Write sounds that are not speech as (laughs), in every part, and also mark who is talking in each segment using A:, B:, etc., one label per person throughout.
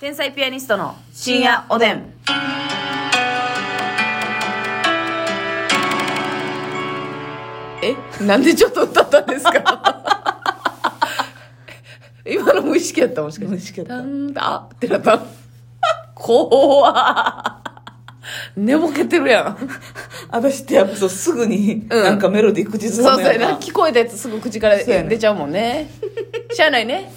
A: 天才ピアニストの深夜おでん。
B: えなんでちょっと歌ったんですか (laughs) 今の無意識やったもしかして。無意識やった。なんだってなった。怖寝ぼけてるやん。
C: 私ってやっぱそうすぐに
B: うん
C: なんかメロディー口ず
B: そ
C: さ
B: う
C: む
B: そう
C: や
B: や
C: んな
B: な。聞こえたやつすぐ口から
C: そうやね
B: 出ちゃうもんね。しゃあないね。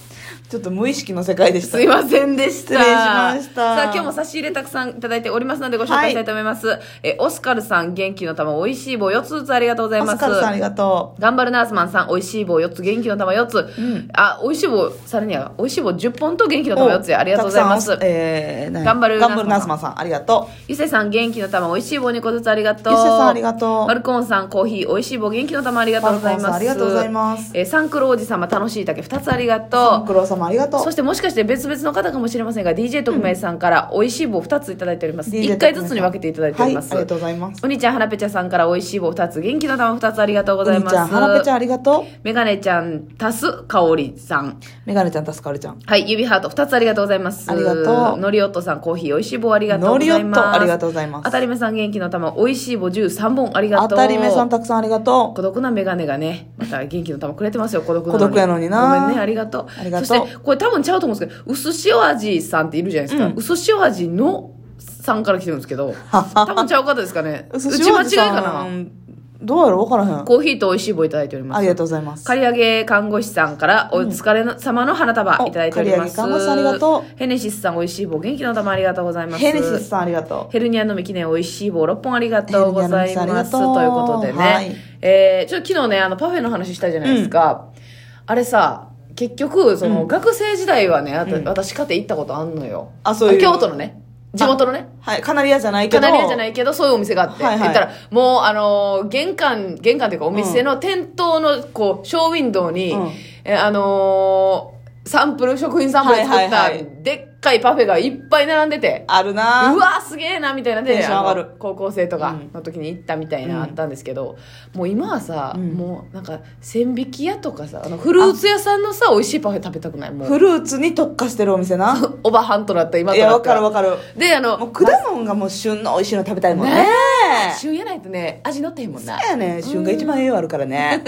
C: ちょっと無意識の世界でした
B: (laughs) すいませんでした。
C: 失礼しました
B: さあ、今日も差し入れたくさんいただいておりますのでご紹介したいと思います。え、オスカルさん、元気の玉、美味しい棒4つずつありがとうございます。
C: オスカルさんありがと
B: 頑張るナースマンさん、美味しい棒4つ、元気の玉4つ。あ、美味しい棒、さらには、美味しい棒10本と元気
C: う
B: の玉4つや。ありがとうございま
C: た
B: す
C: くさん。えーね
B: 頑張る
C: 頑張るナスマンさんありがと
B: ゆせさん、元気の玉、美味しい棒2個ずつありがとう。
C: ゆせさんありがとう
B: マルコーンさん、コーヒー、美味しい棒、元気の玉ありがとうございます。
C: マルコーンさんありがとうございます
B: えーサンクロおじ様、楽しい竹2つありが
C: うご
B: とう。
C: 苦労様ありがとう
B: そしてもしかして別々の方かもしれませんが、DJ 特命さんから美味しい棒2ついただいております。
C: DJ
B: 1回ずつに分けていただいております。
C: はいありがとうございます
B: お兄ちゃん、はらぺちゃさんから美味しい棒2つ、元気の玉2つありがとうご
C: お
B: ざい
C: 兄
B: ます。
C: ちゃんはらぺちゃんありがとう
B: メガネちゃん、たす、かおりさん。
C: メガネちゃん助かるちゃん
B: はい、指ハート2つありがとうございます。
C: ありがとう
B: のりおっとさん、コーヒー、おいしい棒ありがとうございます。
C: のりおっとありがとうございます
B: あたりめさん、元気の玉、おいしい棒13本ありがと
C: あ
B: う。
C: たりめさんたくさんありがとう
B: 孤独なメガネがね、また元気の玉くれてますよ、孤独な
C: 孤独やのにな
B: ごめんね、ありがとう。
C: ありがとう
B: そして、これ多分ちゃうと思うんですけど、うすしお味さんっているじゃないですか。う
C: うん
B: すしお味のさんから来てるんですけど、多分ちゃう方ですかね。うち間違いかな。
C: どうやろ分からへん
B: コーヒーとおいしい棒いただいております。
C: ありがとうございます
B: 刈り上げ看護師さんからお疲れの様の花束いただいております。
C: お刈り上げ看護師さんありがと
B: ヘネシスさんおいしい棒元気の玉ありがとうございます。
C: ヘネシスさんありがと
B: ヘルニアのみ記念おいしい棒6本ありがとうござい
C: ヘルニアのみ
B: ます。
C: さんありがとう
B: ということでね。
C: はい
B: えー、ちょっと昨日ね、あのパフェの話したじゃないですか。あれさ、結局、その、学生時代はね、あと私家庭行ったことあんのよ。
C: あそういう
B: 京都のね。地元のね。
C: うはいカナリアじゃないけ
B: カ
C: ど
B: ナリアじゃないけど、そういうお店があって。
C: はいはい
B: 言ったら、もう、あのー玄関、玄関というかお店の店頭の、こう、ショーウィンドウに、
C: うん
B: えあのーサンプル、食品サンプルで作っ
C: は
B: た
C: いはいは、
B: でっかいパフェがいっぱい並んでて、
C: あるな
B: うわすげえなみたいなんで
C: テンション上がる
B: あの高校生とかの時に行ったみたいな、あったんですけどもう今はさ、もうなんか千匹屋とかさあのフルーツ屋さんのさ美味しいパフェ食べたくないもう
C: フルーツに特化してるお店な
B: おばはんとなった今
C: い
B: となった
C: や分かる分かる
B: であの
C: もう果物がもう旬の美味しいの食べたいもんね
B: ね
C: ね
B: 旬やないとね味のってへんもんな
C: えやね旬が一番栄養あるからね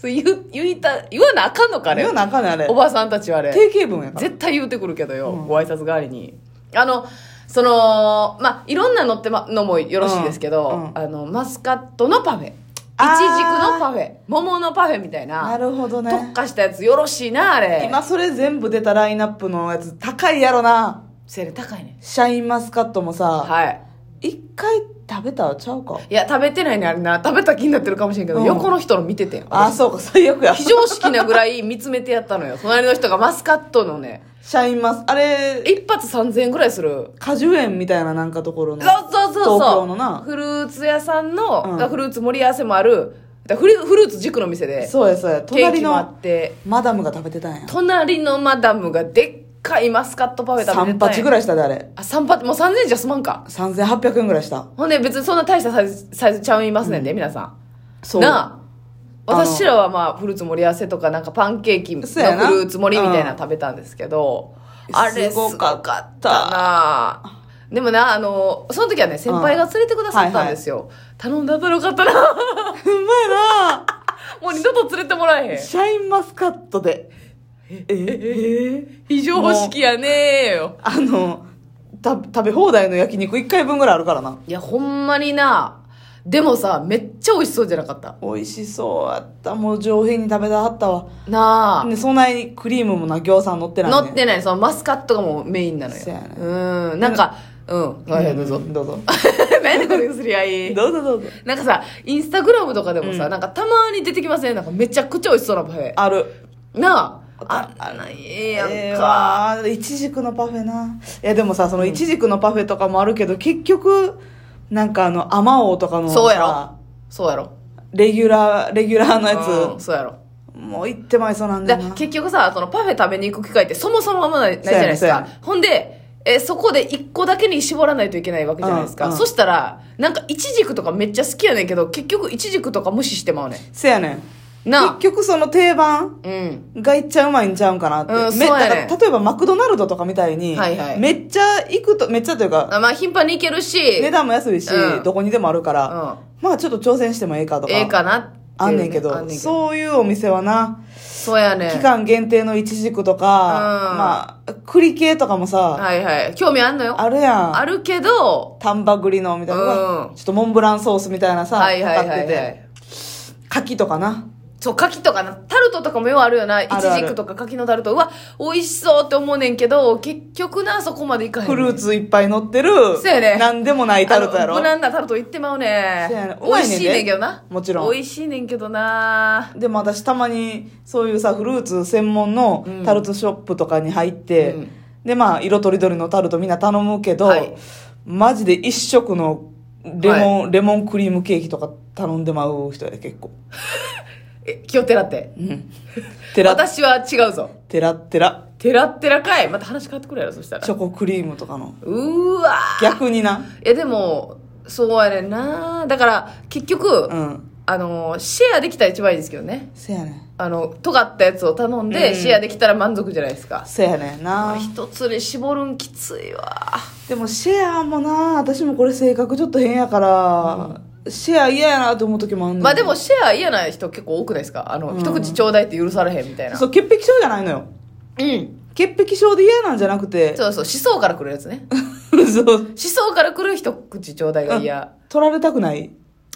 B: そう言う言いた言わなあかんのかあれ
C: 言うなあかんねあれ
B: おばさんたちはあれ
C: 定型文やから
B: 絶対言うてくるけどよ、ご挨拶代わりにあのそのまあいろんなのってまのもよろしいですけど、
C: うんうん
B: あのマスカットのパフェいちじく
C: あ
B: の
C: ー
B: パフェ桃のパフェみたいな
C: なるほどね
B: 特化したやつよろしいなあれ
C: 今それ全部出たラインナップのやつ高いやろな
B: セール高いね
C: シャインマスカットもさ
B: はい
C: 一回食べたらちゃうか
B: いや食べてないねあれな食べた気になってるかもしれんけど、
C: うん
B: 横の人の見ててん
C: あそうか最悪や
B: 非
C: シ
B: 常識なぐらい見つめてやったのよ隣の人がマスカットのね
C: ャインマスあれ
B: 一発3000円ぐらいする
C: 果樹園みたいななんかところの
B: そうそうそうそう
C: 東京のな
B: フルーツ屋さんの、
C: うん
B: だからフルーツ盛り合わせもあるだからフルフルーツ軸の店で
C: そうやそうや
B: ケー
C: 隣
B: キもあっ
C: の
B: て
C: マダムが食べてたんや
B: 隣のマダムがでっかいマスカットパフェ食べて
C: 3
B: たんや
C: 鉢ぐらいしたであれ
B: あ3鉢もう3000円じゃ済まんか
C: 3800円ぐらいした
B: ほんで別にそんな大したサイズサイズちゃうんいますねんで、皆さん
C: そう
B: なあ
C: あの
B: 私らはまあフルーツ盛り合わせとかなんかパンケーキのフ
C: そうやな
B: ルーツ盛りみたいなの食べたんですけど、
C: うん
B: あれす
C: す
B: ご
C: ご
B: か
C: か
B: っ
C: った
B: たなでもなあのその時はね先輩が連れてくださったんですよ、頼んだらよかったな (laughs)
C: うまいな
B: もう二度と連れてもらえへん
C: シャインマスカットで。ええ
B: 非常識やねーよ
C: あの、た食べ放題の焼肉1回分ぐらいあるからな。
B: いやほんまになでもさめっちゃ美味しそうじゃなかった
C: 美味しそうやった。もう上品に食べたはったわ。
B: なあ、
C: で、そんなにクリームもな、餃子乗ってない、ね。
B: 乗ってないそのマスカットがもうメインなのよ
C: そうやね
B: うんなんかうん、
C: は
B: はいいはい
C: は、
B: いど
C: どう
B: う
C: ぞ。
B: ぞ
C: (laughs) どうぞ。
B: 何これすり合い
C: どうぞどうぞ。
B: なんかさインスタグラムとかでもさ、
C: うん
B: なんかたまに出てきませんなんかめちゃくちゃ美味しそうなパフェ
C: ある。
B: なああらええやん
C: ええ
B: か、
C: わいちじくのパフェな。いや、でもさ、そのいちじくのパフェとかもあるけど、結局、なんかあの、あまおうとかのさ
B: そうやろそうやろ
C: レギュラー、レギュラーの
B: うん
C: や
B: そうやろ
C: つ、もう行ってまいそうなんだ
B: だ
C: よな。
B: 結局さそのパフェ食べに行く機会ってそもそもあんまないないじゃないです
C: そうや
B: か、
C: ねそう
B: ほんでえそこで1個だけに絞らないといけないわけじゃないですか、
C: うんうん
B: そしたらなんかイチジクとかめっちゃ好きやねんけど結局イチジクとか無視してまうねん
C: せやねん。
B: な
C: 結局その定番
B: うん
C: がいっちゃうまいんちゃうんかなって。
B: うん
C: め
B: そうやね
C: だから例えばマクドナルドとかみたいに、
B: はいはい
C: めっちゃ行くと、めっちゃというか、
B: あまあ頻繁に行けるし
C: 値段も安いし、
B: うん
C: どこにでもあるから、
B: うん
C: まあちょっと挑戦してもええかとか。
B: ええかなっていうね
C: あんねんけど、
B: あんねんけど
C: そういうお店はな、
B: そうやね
C: 期間限定のイチジクとか、
B: うん
C: まあ、栗系とかもさ、
B: はいはい興味あんのよ
C: あるやん。
B: あるけど
C: 丹波栗のみたいなのが、
B: うん
C: ちょっとモンブランソースみたいなさ、
B: はいはいはい
C: か
B: は
C: かっ
B: い
C: てて、柿とかな。
B: そう柿とかなタルトとかもようあるよなイ
C: るあ
B: チ
C: る
B: ジクとか柿のタルトうわ美味しそうって思うねんけど結局なそこまでいかへんね
C: フ
B: ん
C: ルーツいっぱい乗ってる、
B: そうやね
C: なんでもないタルトやろ
B: あの無。難なタルトいってまうね
C: そうやねう
B: 美
C: まいね
B: 味
C: んで
B: しいねんけどな
C: もちろん
B: 美味しいねんけどな
C: でも私たまにそういうさ、フルーツ専門のタルトショップとかに入って、
B: うん
C: でまあ、色とりどりのタルトみんな頼むけど、
B: はい
C: マジで一食のレモン、レモンクリームケーキとか頼んでまう人やで結構。
B: え今日テラって
C: (laughs) うん。てら、
B: 私は違うぞ
C: てらってら、
B: テラッテラかいまた話変わってくるやろそしたら
C: チョコクリームとかの。
B: うーわ
C: 逆にな。
B: ーいやでもそうやねんなだから結局、
C: うん。
B: あのーシェアできたら一番いいですけどね
C: せやねん。
B: あの尖ったやつを頼んで、
C: うん
B: シェアできたら満足じゃないですか
C: せやねんな。
B: 一つに絞るんきついわ
C: でもシェアもな、私もこれ性格ちょっと変やから、シェア嫌やなって思う時もあんねん
B: まあでもシェア嫌な人結構多くないですかあの、
C: うん
B: 一口ちょうだいって許されへんみたいな
C: そう、潔癖症じゃないのよ。
B: うん
C: 潔癖症で嫌なんじゃなくて、
B: そうそう思想から来るやつね
C: (laughs) そう、
B: 思想から来る一口ちょうだいが嫌
C: 取られたくないっ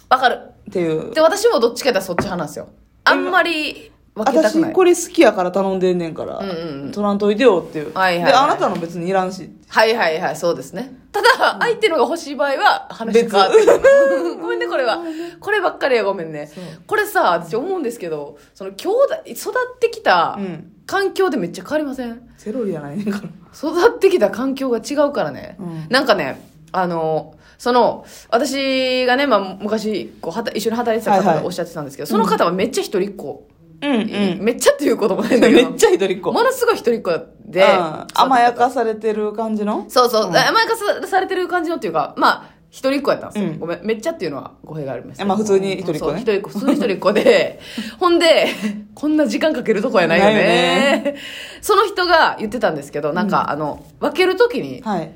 B: わかる
C: ていう
B: で。私もどっちかやったらそっち派なんですよあんまり分けたくな
C: 私
B: い
C: これ好きやから頼んでんねんから、
B: うんうんうん
C: 取らんといてよっていう。
B: はいはいはい
C: で、あなたの別にいらんし。
B: はいはいはいそうですねただ、相手のが欲しい場合は話変わってくる (laughs) ごめんねこ
C: (laughs)
B: れはこればっかりはごめんねこれさ私思うんですけどその兄弟育ってきた
C: うん。
B: 環境でめっちゃ変わりません
C: セロリじゃないねんから。
B: 育ってきた環境が違うからね、
C: うん
B: なんかねあのその私がね、まあ、昔こうはた一緒に働いてた
C: はい
B: 方
C: は
B: が
C: い
B: おっしゃってたんですけど、その方はめっちゃ一人っ子、
C: うんうん。
B: めっちゃっていうこともないんだけ
C: (laughs) め
B: ど
C: っちゃ一人っ子。
B: ものすごい一人っ子で、
C: うん甘やかされてる感じの
B: そうそう、
C: う
B: 甘
C: ん
B: やかさされてる感じのっていうかまあ一人っ子やったんですよ、
C: うん
B: ごめんめっちゃっていうのは語弊がありました
C: まあ普通に一人っ子ね
B: そう一人っ子普通に一人っ子
C: (laughs)
B: でほんでこんな時間かけるとこやないよね
C: ない
B: その人が言ってたんですけどなんか、あの分けるときに
C: はい。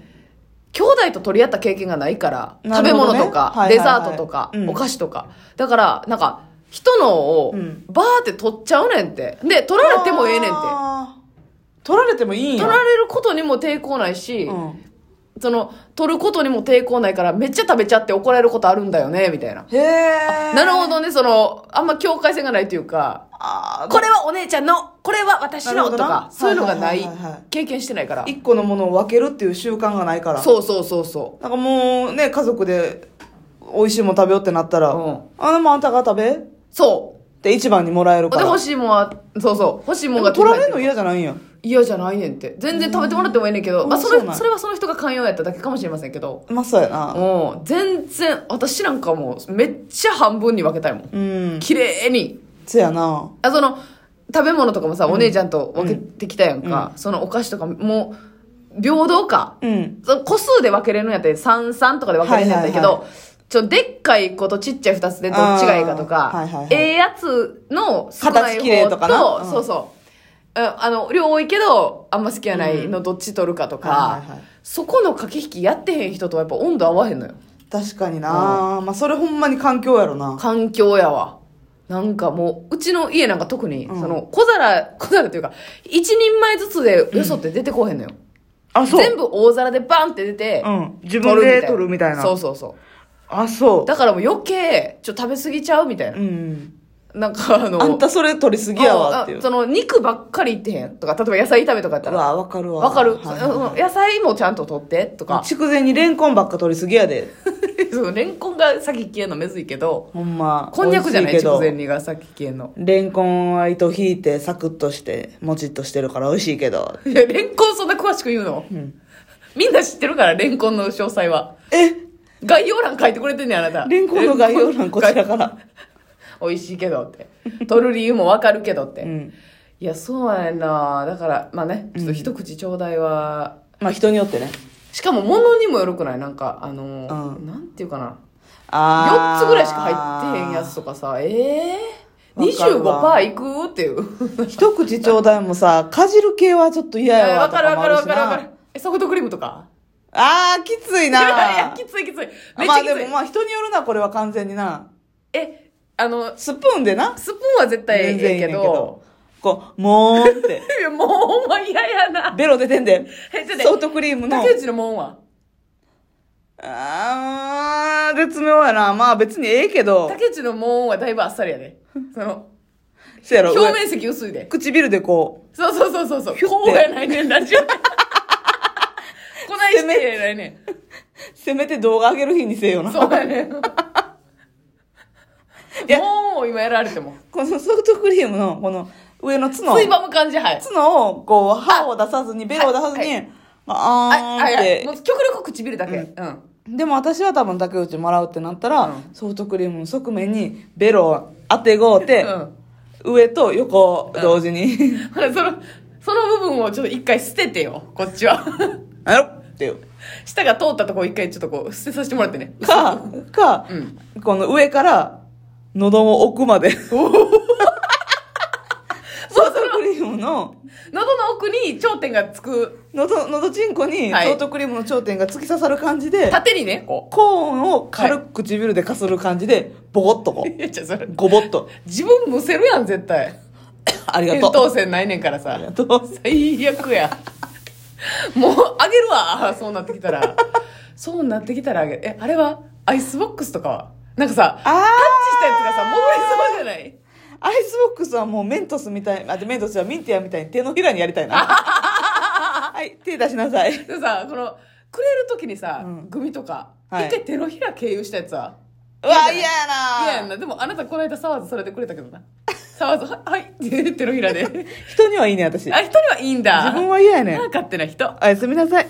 B: 兄弟と取り合った経験がないから、
C: な
B: 食べ
C: るほど
B: 物
C: ね
B: とか、
C: はいはいはい
B: デザートとか、
C: うん
B: お菓子とか。だから、なんか、人のを
C: うん、
B: バーって取っちゃうねんって。で、取られてもええねんって。
C: あー取られてもいいん
B: 取
C: や。
B: られることにも抵抗ないし、
C: うん
B: その、取ることにも抵抗ないから、めっちゃ食べちゃって怒られることあるんだよね、みたいな。
C: へえ。
B: なるほ。どね、その、あんま境界線がないというか、
C: あ
B: これはお姉ちゃんの、これは私
C: なる
B: の
C: ほ
B: と
C: どな
B: か、そういうのがない
C: はいはいはいはい、
B: 経験してないから
C: あ、。一個のものを分けるっていう習慣がないから。
B: そうそうそうそ
C: なんかもうね、家族で美味しいもん食べようってなったら、
B: うん
C: あでもあんたが食べっ
B: う。そう。
C: て一番にもらえるか
B: で、
C: ら。
B: 欲しいもんは、そうそう、欲しいもんが手に
C: 取ら
B: 入っ
C: れ
B: て
C: るの嫌じゃないんや。
B: 嫌じゃないねんって全然食べてもらってもいいねんけど、
C: うん
B: まあ、そ
C: そうな
B: れ
C: ん
B: それはその人が寛容やっただけかもしれませんけど
C: まあそうやな。
B: うん全然私なんかもうめっちゃ半分に分けたいもん
C: うん。
B: 綺麗に
C: そうやな。
B: あその食べ物とかもさ、お姉ちゃんと分けてきたやんか、そのお菓子とかもう平等か、
C: うん。
B: その個数で分けれるんやったら33とかで分けれるんやったらいいけど、
C: はいは
B: ちょでっかい子とちっちゃい2つでどっちがいいかとか、
C: あーはいはいはい
B: ええやつの少ない
C: 形綺麗
B: 方
C: と
B: と
C: かなうん
B: そうそうああの量多いけどあんま好きやないのどっち取るかとか、
C: はいはいはい
B: そこの駆け引きやってへん人とはやっぱ温度合わへんのよ
C: 確かにな。まあそれほんまに環境やろな。
B: 環境やわなんかもううちの家なんか特に、
C: うん
B: その小皿小皿というか一人前ずつでよそって出てこへんのよ、
C: あ、そう。
B: 全部大皿でバンって出て、
C: うん。自分で取るみたいな。
B: そうそうそう
C: あ、そう。
B: だからもう余計、ちょ、食べ過ぎちゃうみたいな
C: う。ん。
B: なんかあの、
C: あんたそれ取りすぎやわってい
B: あ
C: う。
B: その、肉ばっかりいってへんとか、例えば野菜炒めとかやった
C: う
B: ら、
C: わ、わかるわ。
B: わかる、
C: はい
B: その野菜もちゃんと取ってとか、
C: 筑前にレンコンばっか取りすぎやで。
B: そのレンコンが先消えんのめずいけど、
C: ほんま。
B: こんにゃくじゃない
C: 美味しけ
B: 筑
C: ど
B: 前煮が先消えんの。
C: レンコンは糸引いてサクッとして、もちっとしてるから美味しいけど。
B: いや、レンコンそんな詳しく言うの、
C: ん
B: みんな知ってるから、レンコンの詳細は。
C: え
B: 概要欄書いてくれてんねん、あなた。
C: レンコンの概要欄こちらから。
B: 美味しいけどって。取る理由もわかるけどって。
C: うん。
B: いや、そうやねんな。だから、まあね、ちょっと一口ちょうだいは、
C: まあ人によってね。
B: しかも物にもよるくないなんか、あの、
C: うん
B: なんていうかな。
C: あ
B: 4つぐらいしか入ってへんやつとかさ、ええ
C: わ
B: 25%いくっていう。
C: 一口ちょうだいもさ、かじる系はちょっと嫌 (laughs) や
B: (laughs) わ
C: わと
B: かる
C: か
B: わ
C: も
B: か
C: あ
B: る
C: る
B: わ
C: し
B: かるわか
C: な
B: る。え、ソフトクリームとか
C: あー、きつ
B: (laughs)
C: い
B: いや
C: な。
B: きついきつい。めっち
C: ま
B: ゃ
C: あ
B: き
C: で
B: つ
C: も
B: い。
C: まあ人によるな、これは完全にな。
B: え、あの、
C: スプーンでな。
B: スプーンは絶対ええ
C: 全然いいね
B: け
C: んけ
B: ど
C: ど。。こう、もーんって。
B: いや、もうほんま嫌やな。
C: ベロ出てんで
B: (laughs) えちょっと待って。
C: ソフトクリームの。
B: 竹内のもんは
C: あー、絶妙やな。まあ別にええけど。
B: 竹内のもんはだいぶあっさりやで。その、
C: そやろ、
B: 表
C: 上
B: 面積薄いで。
C: 唇でこう、
B: そうそうそうそうそう。
C: ひゅって
B: こうやないねん、ラ
C: (laughs)
B: ジオで。こないしてやないねん。
C: せめて動画上げる日にせよな。
B: そうやねん。も
C: や
B: う今やられても。
C: このソフトクリームの、この上の角。
B: ついばむ感じ、はい。
C: 角を、こう、歯を出さずに、ベロを出さず
B: はいは
C: に、あ
B: あ、
C: ーんっ
B: あ、いや、
C: て
B: も。う極力唇だけ。うん。
C: でも私は多分竹内もらうってなったら、
B: うん
C: ソフトクリームの側面にベロを当てごうて、
B: うん
C: 上と横同時に、
B: ほら、その、その部分をちょっと一回捨ててよ、こっちは。
C: (laughs) あろっていう。
B: 下が通ったとこ一回ちょっとこう、捨てさせてもらってね。
C: か、か、
B: うん
C: この上から、喉の奥まで。ソフトクリームの、
B: 喉の奥に頂点がつく、
C: 喉、喉チンコに、ソ
B: はい
C: フトクリームの頂点が突き刺さる感じで、
B: 縦にね、こ
C: コーンを軽く唇でかする感じで、ボコッとこ
B: う。 (laughs) いや、ちょ、それ
C: う、、ゴボッと。
B: 自分むせるやん、絶対。
C: あり
B: 扁
C: がとう。
B: 桃腺ないねんからさ
C: あり。がとう。
B: 最悪や。もう、あげるわ、そうなってきたら。そうなってきたらあげる。え、あれはアイスボックスとかはなんかさ、タッチ
C: あ
B: したやつがさ、戻りそうじゃない
C: ーアイスボックスはもうメントスみたい、あ、メントスはミンティアみたいに手のひらにやりた (laughs) いな。はい、手出しなさい。
B: でさ、この、くれるときにさ、
C: うん
B: グミとか、
C: はい
B: 一回手のひら経由したやつは、
C: うわ、嫌やな。
B: 嫌やんな。でもあなたこの間サワーズそれでくれたけどな。サワーズ、ははい、って手のひらで。
C: (laughs) 人にはいいね、私。
B: あ、一人はいいんだ。
C: 自分は嫌やねん
B: あ。勝手な人。
C: おやすみなさい。